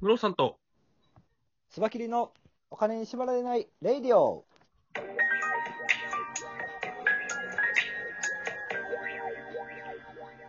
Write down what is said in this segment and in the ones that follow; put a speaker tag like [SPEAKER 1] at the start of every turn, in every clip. [SPEAKER 1] ムロさんと、
[SPEAKER 2] しばきりのお金に縛られないレイディオ。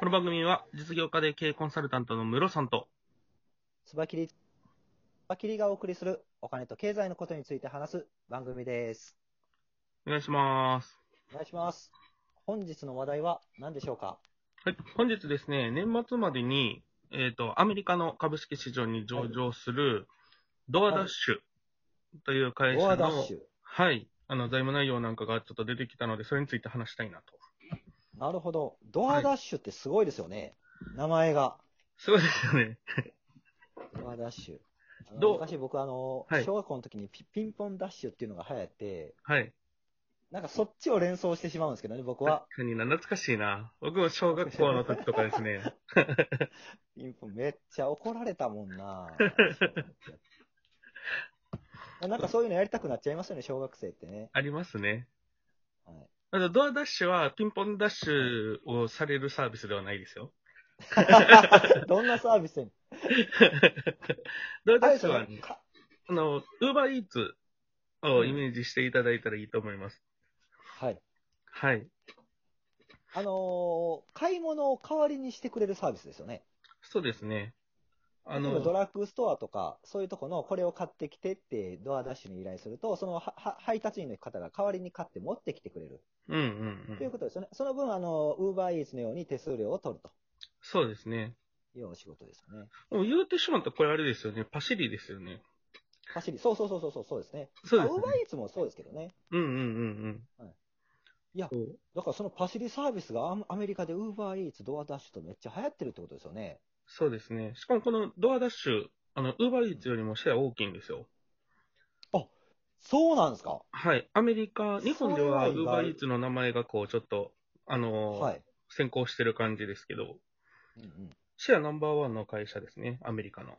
[SPEAKER 1] この番組は実業家で経営コンサルタントのムロさんと、
[SPEAKER 2] しばきり、しばきりがお送りするお金と経済のことについて話す番組です。
[SPEAKER 1] お願いします。
[SPEAKER 2] お願いします。本日の話題は何でしょうか
[SPEAKER 1] はい、本日ですね、年末までに、えっ、と、アメリカの株式市場に上場する、ドアダッシュという会
[SPEAKER 2] ドア
[SPEAKER 1] 社
[SPEAKER 2] ダッ
[SPEAKER 1] の
[SPEAKER 2] シ、ュ。
[SPEAKER 1] はい、あの、財務内容なんかがちょっと出てきたので、それについて話したいなと。
[SPEAKER 2] なるほど。ドアダッシュってすごいですよね。名前が。
[SPEAKER 1] そうですよね。
[SPEAKER 2] ドアダッシュ。あの
[SPEAKER 1] どう
[SPEAKER 2] 昔僕、あの、
[SPEAKER 1] はい
[SPEAKER 2] 小学校の時にピピンポンダッシュっていうのが流行って、
[SPEAKER 1] はい。
[SPEAKER 2] なんかそっちを連想してしまうんですけどね、僕は
[SPEAKER 1] 確。かにな、懐かしいな。僕も小学校の時とかですね。
[SPEAKER 2] ピンポンめっちゃ怒られたもん ななんかそういうのやりたくなっちゃいますよね、小学生っ てね。
[SPEAKER 1] ありますね。
[SPEAKER 2] はい
[SPEAKER 1] ただドアダッシュはピンポンダッシュをされるサービスではないですよ。
[SPEAKER 2] どんなサービスに
[SPEAKER 1] ドアダ
[SPEAKER 2] あ
[SPEAKER 1] ッ
[SPEAKER 2] れ
[SPEAKER 1] シュは、
[SPEAKER 2] ですよねか
[SPEAKER 1] あの、ウーバーイーツをイメージしていただいたらいいと思います。
[SPEAKER 2] はい。
[SPEAKER 1] はい。
[SPEAKER 2] あのー買い物を代わりにしてくれるサービスですよね。
[SPEAKER 1] そうですね。あ
[SPEAKER 2] 例えば
[SPEAKER 1] の、
[SPEAKER 2] ドラッグストアとか、そういうとこのこれを買ってきてってドアダッシュに依頼すると、そのはは配達員の方が代わりに買って持ってきてくれる
[SPEAKER 1] うんうん
[SPEAKER 2] と
[SPEAKER 1] う。
[SPEAKER 2] いうんことですよね。その分、あの、ウーバーイーツのように手数料を取ると
[SPEAKER 1] そうですね。
[SPEAKER 2] いうお仕事ですよね。
[SPEAKER 1] もう言うてしまったらこれあれですよね。パシリですよね。
[SPEAKER 2] 走り、そうそうそうそうそう、そうですね。
[SPEAKER 1] そう
[SPEAKER 2] ま
[SPEAKER 1] で
[SPEAKER 2] あ
[SPEAKER 1] す
[SPEAKER 2] ウー
[SPEAKER 1] ね
[SPEAKER 2] バ。ーイーツもそうですけどね。
[SPEAKER 1] うんうんうんうん。
[SPEAKER 2] いや
[SPEAKER 1] そう
[SPEAKER 2] だからそのパシリサービスがアアメリカでウーバーイーツ、ドアダッシュとめっちゃ流行ってるってことですよね。
[SPEAKER 1] そうですね。しかもこのドアダッシュ、あの、ウーバーイーツよりもシェア大きいんですよ。
[SPEAKER 2] そうなんですか
[SPEAKER 1] はい。アメリカ、日本ではウ
[SPEAKER 2] そ
[SPEAKER 1] ー
[SPEAKER 2] れは意
[SPEAKER 1] バ
[SPEAKER 2] 外
[SPEAKER 1] ーイーツの名前がこう、ちょっと、あのー、
[SPEAKER 2] はい。
[SPEAKER 1] 先行してる感じですけど、
[SPEAKER 2] うんうん、
[SPEAKER 1] シェアナンバーワンの会社ですね。アメリカの。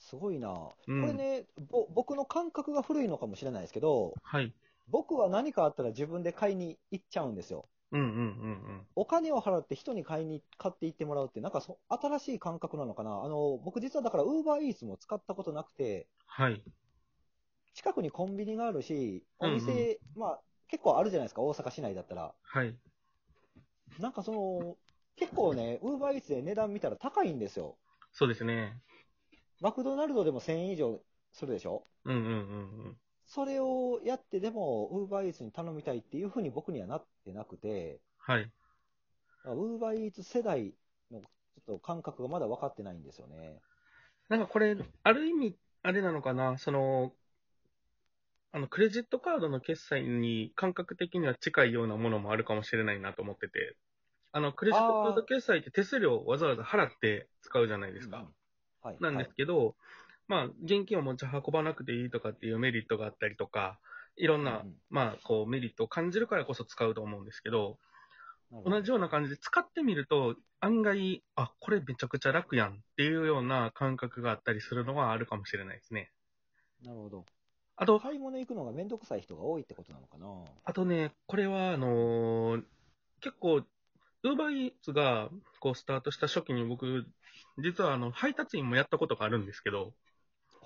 [SPEAKER 2] すごいな、
[SPEAKER 1] うん
[SPEAKER 2] これねぼ、僕の感覚が古いのかもしれないですけど、
[SPEAKER 1] はい。
[SPEAKER 2] 僕は何かあったら自分で買いに行っちゃうんですよ。
[SPEAKER 1] うんうんうんうん。
[SPEAKER 2] お金を払って人に買いに買って行ってもらうって、なんかそ新しい感覚なのかな、あの僕、実はだから、ウーバーイーツも使ったことなくて、
[SPEAKER 1] はい。
[SPEAKER 2] 近くにコンビニがあるし、お店、
[SPEAKER 1] うんう
[SPEAKER 2] まあ、結構あるじゃないですか、大阪市内だったら。
[SPEAKER 1] はい。
[SPEAKER 2] なんかその、結構ね、ウーバーイーツで値段見たら高いんですよ。
[SPEAKER 1] そうですね。
[SPEAKER 2] マクドナルドでも1000円以上するでしょ
[SPEAKER 1] うんうんうんうん。
[SPEAKER 2] それをやってでも、ウーバーイーツに頼みたいっていうふうに僕にはなってなくて、
[SPEAKER 1] はい。
[SPEAKER 2] ウーバーイーツ世代のちょっと感覚がまだ分かってないんですよね。
[SPEAKER 1] なんかこれ、ある意味、あれなのかな、その、あの、クレジットカードの決済に感覚的には近いようなものもあるかもしれないなと思ってて、あの、クレジットカード決済って手数料をわざわざ払って使うじゃないです
[SPEAKER 2] うん
[SPEAKER 1] か。
[SPEAKER 2] はい。
[SPEAKER 1] なんですけど、まあ、現金を持ち運ばなくていいとかっていうメリットがあったりとか、いろんな、
[SPEAKER 2] うん
[SPEAKER 1] まあ、こう、メリットを感じるからこそ使うと思うんですけど、
[SPEAKER 2] はいなるほど
[SPEAKER 1] 同じような感じで使ってみると、案外、あ、これめちゃくちゃ楽やんっていうような感覚があったりするのはあるかもしれないですね。
[SPEAKER 2] なるほど。
[SPEAKER 1] あと、
[SPEAKER 2] 買い物行くのがめんどくさい人が多いってことなのかな。
[SPEAKER 1] あとね、これは、あのー結構、ウーバーイーツがこうスタートした初期に僕、実はあの配達員もやったことがあるんですけど、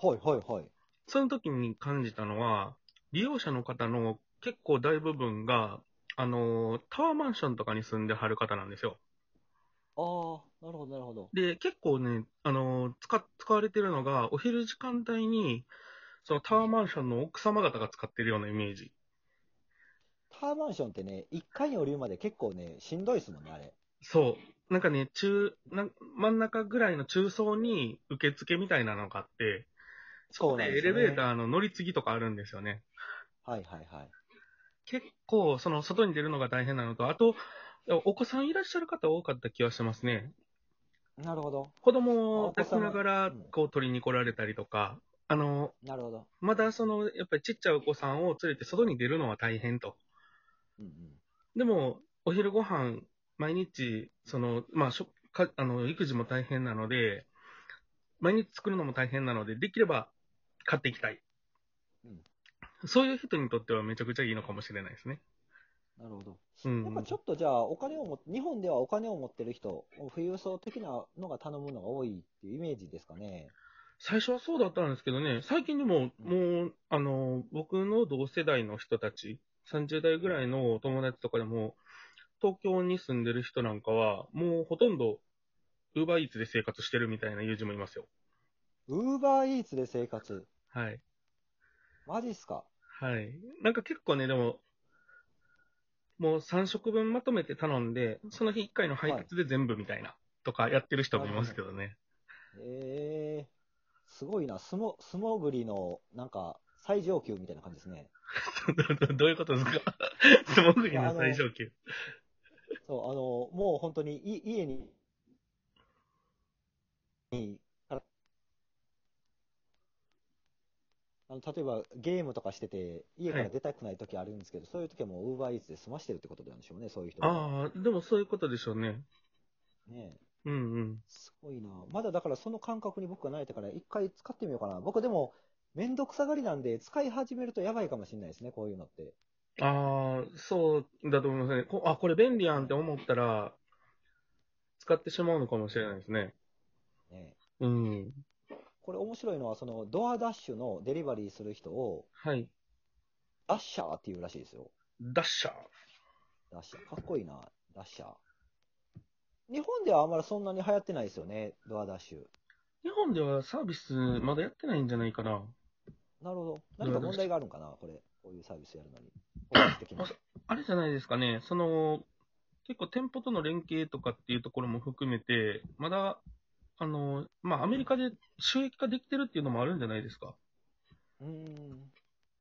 [SPEAKER 2] はいはいはい。
[SPEAKER 1] その時に感じたのは、利用者の方の結構大部分が、あのータワーマンションとかに住んではる方なんですよ。
[SPEAKER 2] ああ、なるほどなるほど。
[SPEAKER 1] で、結構ね、あのー使、使われてるのが、お昼時間帯に、そのタワーマンションの奥様方が使ってるようなイメージ。
[SPEAKER 2] タワーマンションってね、1階に降りるまで結構ね、しんどいですもんね、あれ。
[SPEAKER 1] そう。なんかね、中、なん真ん中ぐらいの中層に受付みたいなのがあって、そこでエレベータ
[SPEAKER 2] ー。
[SPEAKER 1] ーの乗り継ぎとかあるんですよね。
[SPEAKER 2] はいはいはい。
[SPEAKER 1] 結構、その外に出るのが大変なのと、あと、お子さんいらっしゃる方多かった気はしますね。
[SPEAKER 2] なるほど。
[SPEAKER 1] 子供を
[SPEAKER 2] あお子
[SPEAKER 1] 抱き
[SPEAKER 2] 様
[SPEAKER 1] ながら
[SPEAKER 2] うん、
[SPEAKER 1] こう取りに来られたりとか、あの、
[SPEAKER 2] なるほど。
[SPEAKER 1] まだその、やっぱりちっちゃいお子さんを連れて外に出るのは大変と。
[SPEAKER 2] うんうん。
[SPEAKER 1] でも、お昼ご飯、毎日、その、まあ、しょかあの育児も大変なので、毎日作るのも大変なので、できれば買っていきたい。
[SPEAKER 2] うん
[SPEAKER 1] そういう人にとってはめちゃくちゃいいのかもしれないですね。
[SPEAKER 2] なるほど。
[SPEAKER 1] うん
[SPEAKER 2] やっぱちょっとじゃあ、お金をも、日本ではお金を持ってる人、富裕層的なのが頼むのが多いっていうイメージですかね。
[SPEAKER 1] 最初はそうだったんですけどね、最近でも、もう、あの、僕の同世代の人たち、30代ぐらいのお友達とかでも、東京に住んでる人なんかは、もうほとんど、ウーバーイーツで生活してるみたいな友人もいますよ。
[SPEAKER 2] ウーバーイーツで生活。
[SPEAKER 1] はい。
[SPEAKER 2] マジっすか
[SPEAKER 1] はい。なんか結構ね、でも、もう3食分まとめて頼んで、その日1回の配達で全部みたいな、とかやってる人もいますけどね。
[SPEAKER 2] ええすごいな。スモ、スモグリの、なんか、最上級みたいな感じですね。
[SPEAKER 1] どどどういうことですか素潜りの最上級。
[SPEAKER 2] そう、あの、もう本当に、い、家に、に、ああの、例えばゲームとかしてて、家から出たくない時あるんですけど、そういう時はもうウーバーイーツで済ましてるってことなんでしょうね、そういう人
[SPEAKER 1] あ
[SPEAKER 2] は。
[SPEAKER 1] あ、でもそういうことでしょうね。
[SPEAKER 2] ねえ
[SPEAKER 1] うんうん。
[SPEAKER 2] すごいな。まだだからその感覚に僕が慣れたから、一回使ってみようかな。僕でも、めんどくさがりなんで、使い始めるとやばいかもしれないですね、こういうのって。
[SPEAKER 1] ああ、そうだと思いますね。こあ、これ便利やんって思ったら、使ってしまうのかもしれないですね。
[SPEAKER 2] ねえ
[SPEAKER 1] うん。
[SPEAKER 2] これ面白いのは、そのドアダッシュのデリバリーする人を、
[SPEAKER 1] はい。
[SPEAKER 2] ダッシャーっていうらしいですよ。
[SPEAKER 1] ダッシャー。
[SPEAKER 2] ダッシャー。かっこいいな、ダッシャー。日本ではあんまりそんなに流行ってないですよね、ドアダッシュ。
[SPEAKER 1] 日本ではサービスまだやってないんじゃないかな。
[SPEAKER 2] なるほど。
[SPEAKER 1] ドアダッシュ
[SPEAKER 2] 何か問題があるんかな、これ。こういうサービスやるのに。法律的に。
[SPEAKER 1] あれじゃないですかね。その、結構店舗との連携とかっていうところも含めて、まだ、あの、まあ、アメリカで収益化できてるっていうのもあるんじゃないですか。
[SPEAKER 2] うーん。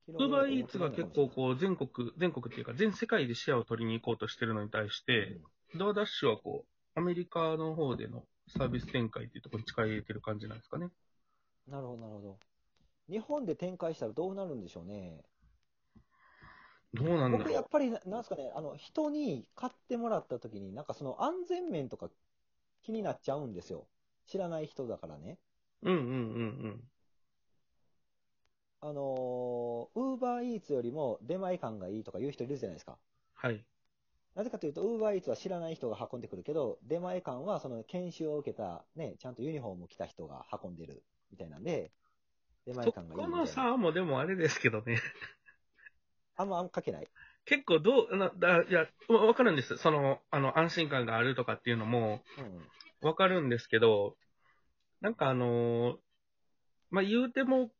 [SPEAKER 1] ウーバーイーツが結構
[SPEAKER 2] う
[SPEAKER 1] こう全国、全国っていうか全世界でシェアを取りに行こうとしてるのに対して、ドアダッシュはこう、アメリカの方でのサービス展開っていうところに近いてる感じなんですかね。
[SPEAKER 2] なるほど、なるほど。日本で展開したらどうなるんでしょうね。
[SPEAKER 1] どうなんだ
[SPEAKER 2] 僕、
[SPEAKER 1] ろ
[SPEAKER 2] や
[SPEAKER 1] う
[SPEAKER 2] っ。ぱりな、なんすかね、あの、人に買ってもらった時に、なんかその安全面とか気になっちゃうんですよ。知らない人だからね。
[SPEAKER 1] うんうんうん
[SPEAKER 2] あのウーバーイーツよりも出前感がいいとか言う人いるじゃないですか。
[SPEAKER 1] うん。はい。
[SPEAKER 2] なぜかというと、ウーバーイーツは知らない人が運んでくるけど、出前館はその研修を受けた、ね、ちゃんとユニフォームを着た人が運んでるみたいなんで、出前
[SPEAKER 1] そ
[SPEAKER 2] 館がいい
[SPEAKER 1] こ
[SPEAKER 2] みたい
[SPEAKER 1] の
[SPEAKER 2] な。
[SPEAKER 1] 差もでもあれですけどね。
[SPEAKER 2] あんまあんまかけない。
[SPEAKER 1] 結構どう、なだいや、わわかるんです。その、あの、安心感があるとかっていうのも
[SPEAKER 2] うんうん。
[SPEAKER 1] わかるんですけど、なんかあのーまあ、言うても、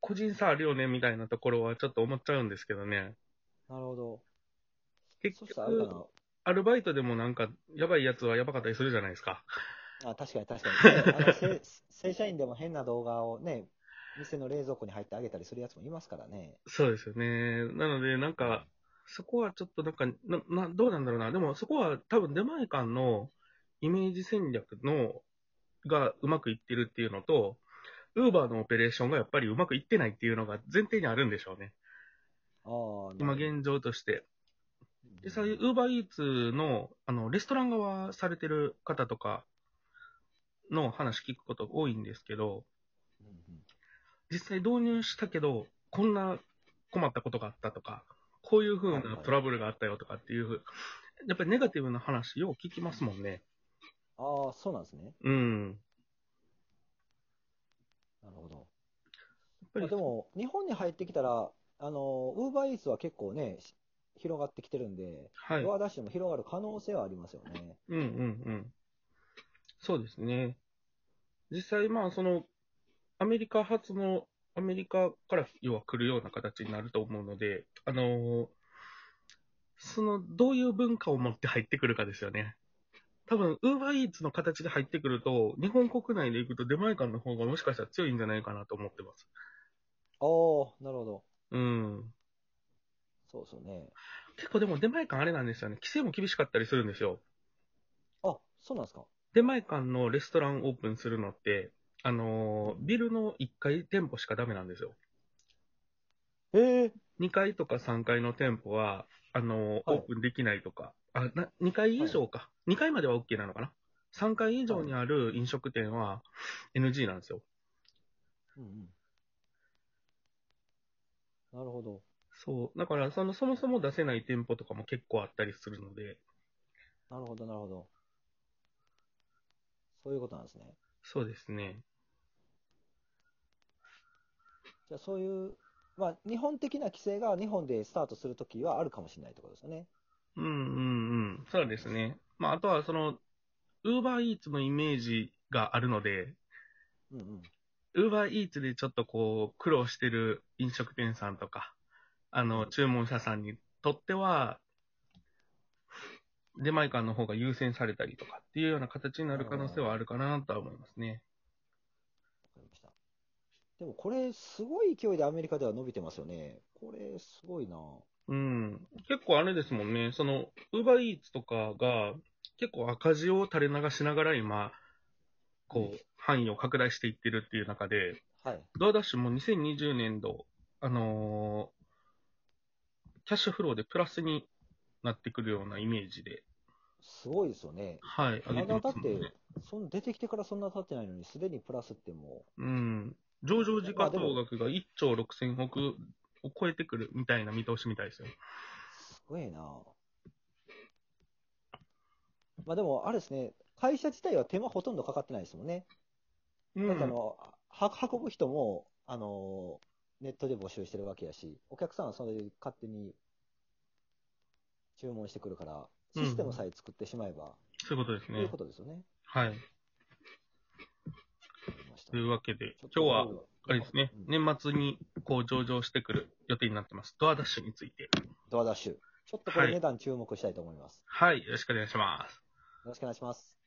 [SPEAKER 1] 個人差あるよね、みたいなところはちょっと思っちゃうんですけどね。
[SPEAKER 2] なるほど。
[SPEAKER 1] 結
[SPEAKER 2] そしたらあれか
[SPEAKER 1] 局、アルバイトでもなんか、やばいやつはやばかったりするじゃないですか。
[SPEAKER 2] な。あ、確かに確かに。ねあのせ 正社員でも変な動画をね、店の冷蔵庫に入ってあげたりするやつもいますからね。
[SPEAKER 1] そうですよね。なので、なんか、そこはちょっとなんか、な、な、どうなんだろうな。でも、そこは多分出前館のイメージ戦略の、がうまくいってるっていうのと、ウーバーのオペレーションがやっぱりうまくいってないっていうのが前提にあるんでしょうね。
[SPEAKER 2] ああ、
[SPEAKER 1] 今
[SPEAKER 2] なる
[SPEAKER 1] 現状として。
[SPEAKER 2] ほど
[SPEAKER 1] で、そういうウーバーイーツの、あの、レストラン側されてる方とかの話聞くこと多いんですけど、
[SPEAKER 2] うんうん
[SPEAKER 1] 実際導入したけど、こんな困ったことがあったとか、こういう風なトラブルがあったよとかっていう、やっぱりネガティブな話よう聞きますもんね。
[SPEAKER 2] ああ、そうなんですね。
[SPEAKER 1] うん。
[SPEAKER 2] なるほど。
[SPEAKER 1] や
[SPEAKER 2] ま
[SPEAKER 1] っ
[SPEAKER 2] あ、
[SPEAKER 1] ぱ
[SPEAKER 2] で
[SPEAKER 1] り、
[SPEAKER 2] も、日本に入ってきたら、あの、ウーバーイーツは結構ね、し広がってきてるんで、
[SPEAKER 1] はい。
[SPEAKER 2] ドアダッシュも広がる可能性はありますよね。
[SPEAKER 1] うんうんうん。そうですね。実際、まあ、その、アメリカ発の、アメリカから要は来るような形になると思うので、あのーその、どういう文化を持って入ってくるかですよね。多分、ウーバーイーツの形で入ってくると、日本国内で行くと出前館の方がもしかしたら強いんじゃないかなと思ってます。
[SPEAKER 2] ああ、なるほど。
[SPEAKER 1] うん。
[SPEAKER 2] そうそうね。
[SPEAKER 1] 結構でも出前館あれなんですよね。規制も厳しかったりするんですよ。
[SPEAKER 2] あ、そうなんですか。
[SPEAKER 1] 出前館のレストランオープンするのって、あのービルの1階店舗しかダメなんですよ。
[SPEAKER 2] ええ
[SPEAKER 1] 2階とか3階の店舗は、あのーオ
[SPEAKER 2] はい
[SPEAKER 1] ープンできないとか、あな2階以上か、2階までは OK なのかな ?3 階以上にある飲食店は NG なんですよ。
[SPEAKER 2] うんうん。なるほど。
[SPEAKER 1] そう。だから、その、そもそも出せない店舗とかも結構あったりするので、
[SPEAKER 2] なるほど、なるほど。そういうことなんですね。
[SPEAKER 1] そうですね。
[SPEAKER 2] じゃあそういう、まあ、日本的な規制が日本でスタートするときはあるかもしれないってことですよね。
[SPEAKER 1] うんうんうん。そうですね。まあ、あとは、その、ウーバーイーツのイメージがあるので、
[SPEAKER 2] うんうん。
[SPEAKER 1] ウーバーイーツでちょっとこう、苦労してる飲食店さんとか、あの、注文者さんにとっては、出前館の方が優先されたりとかっていうような形になる可能性はあるかなとは思いますね。
[SPEAKER 2] わかりました。でもこれ、すごい勢いでアメリカでは伸びてますよね。これ、すごいな。
[SPEAKER 1] うん。結構あれですもんね、その、ウーバーイーツとかが、結構赤字を垂れ流しながら今、こう、範囲を拡大していってるっていう中で、
[SPEAKER 2] はい。
[SPEAKER 1] ドアダッシュも2020年度、あのーキャッシュフローでプラスになってくるようなイメージで、
[SPEAKER 2] すごいですよね。
[SPEAKER 1] はい、
[SPEAKER 2] まだだっ
[SPEAKER 1] もんね
[SPEAKER 2] て、そん出てきてからそんな経ってないのに、すでにプラスっても
[SPEAKER 1] うん。上場時価総額が1兆6000億を超えてくるみたいな見通しみたいですよ。
[SPEAKER 2] う、すごいな。まあでも、あれですね、会社自体は手間ほとんどかかってないですもんね。
[SPEAKER 1] う
[SPEAKER 2] なんかあ
[SPEAKER 1] ん。
[SPEAKER 2] の、は運ぶ人も、あの、ネットで募集してるわけやし、お客さんはそれで勝手に注文してくるから、システムさえ作ってしまえば、
[SPEAKER 1] そういうことです
[SPEAKER 2] という
[SPEAKER 1] ね
[SPEAKER 2] こ。とですよね。
[SPEAKER 1] はい。
[SPEAKER 2] わかりました
[SPEAKER 1] というわけで
[SPEAKER 2] ちょっ、と
[SPEAKER 1] 今日は、
[SPEAKER 2] どう
[SPEAKER 1] あれですね、
[SPEAKER 2] うん
[SPEAKER 1] 年末にこう上場してくる予定になってます。ドアダッシュについて。
[SPEAKER 2] ドアダッシュ。ちょっとこれ
[SPEAKER 1] はい
[SPEAKER 2] 値段注目したいと思います。
[SPEAKER 1] はい、よろしくお願いします。
[SPEAKER 2] よろしくお願いします。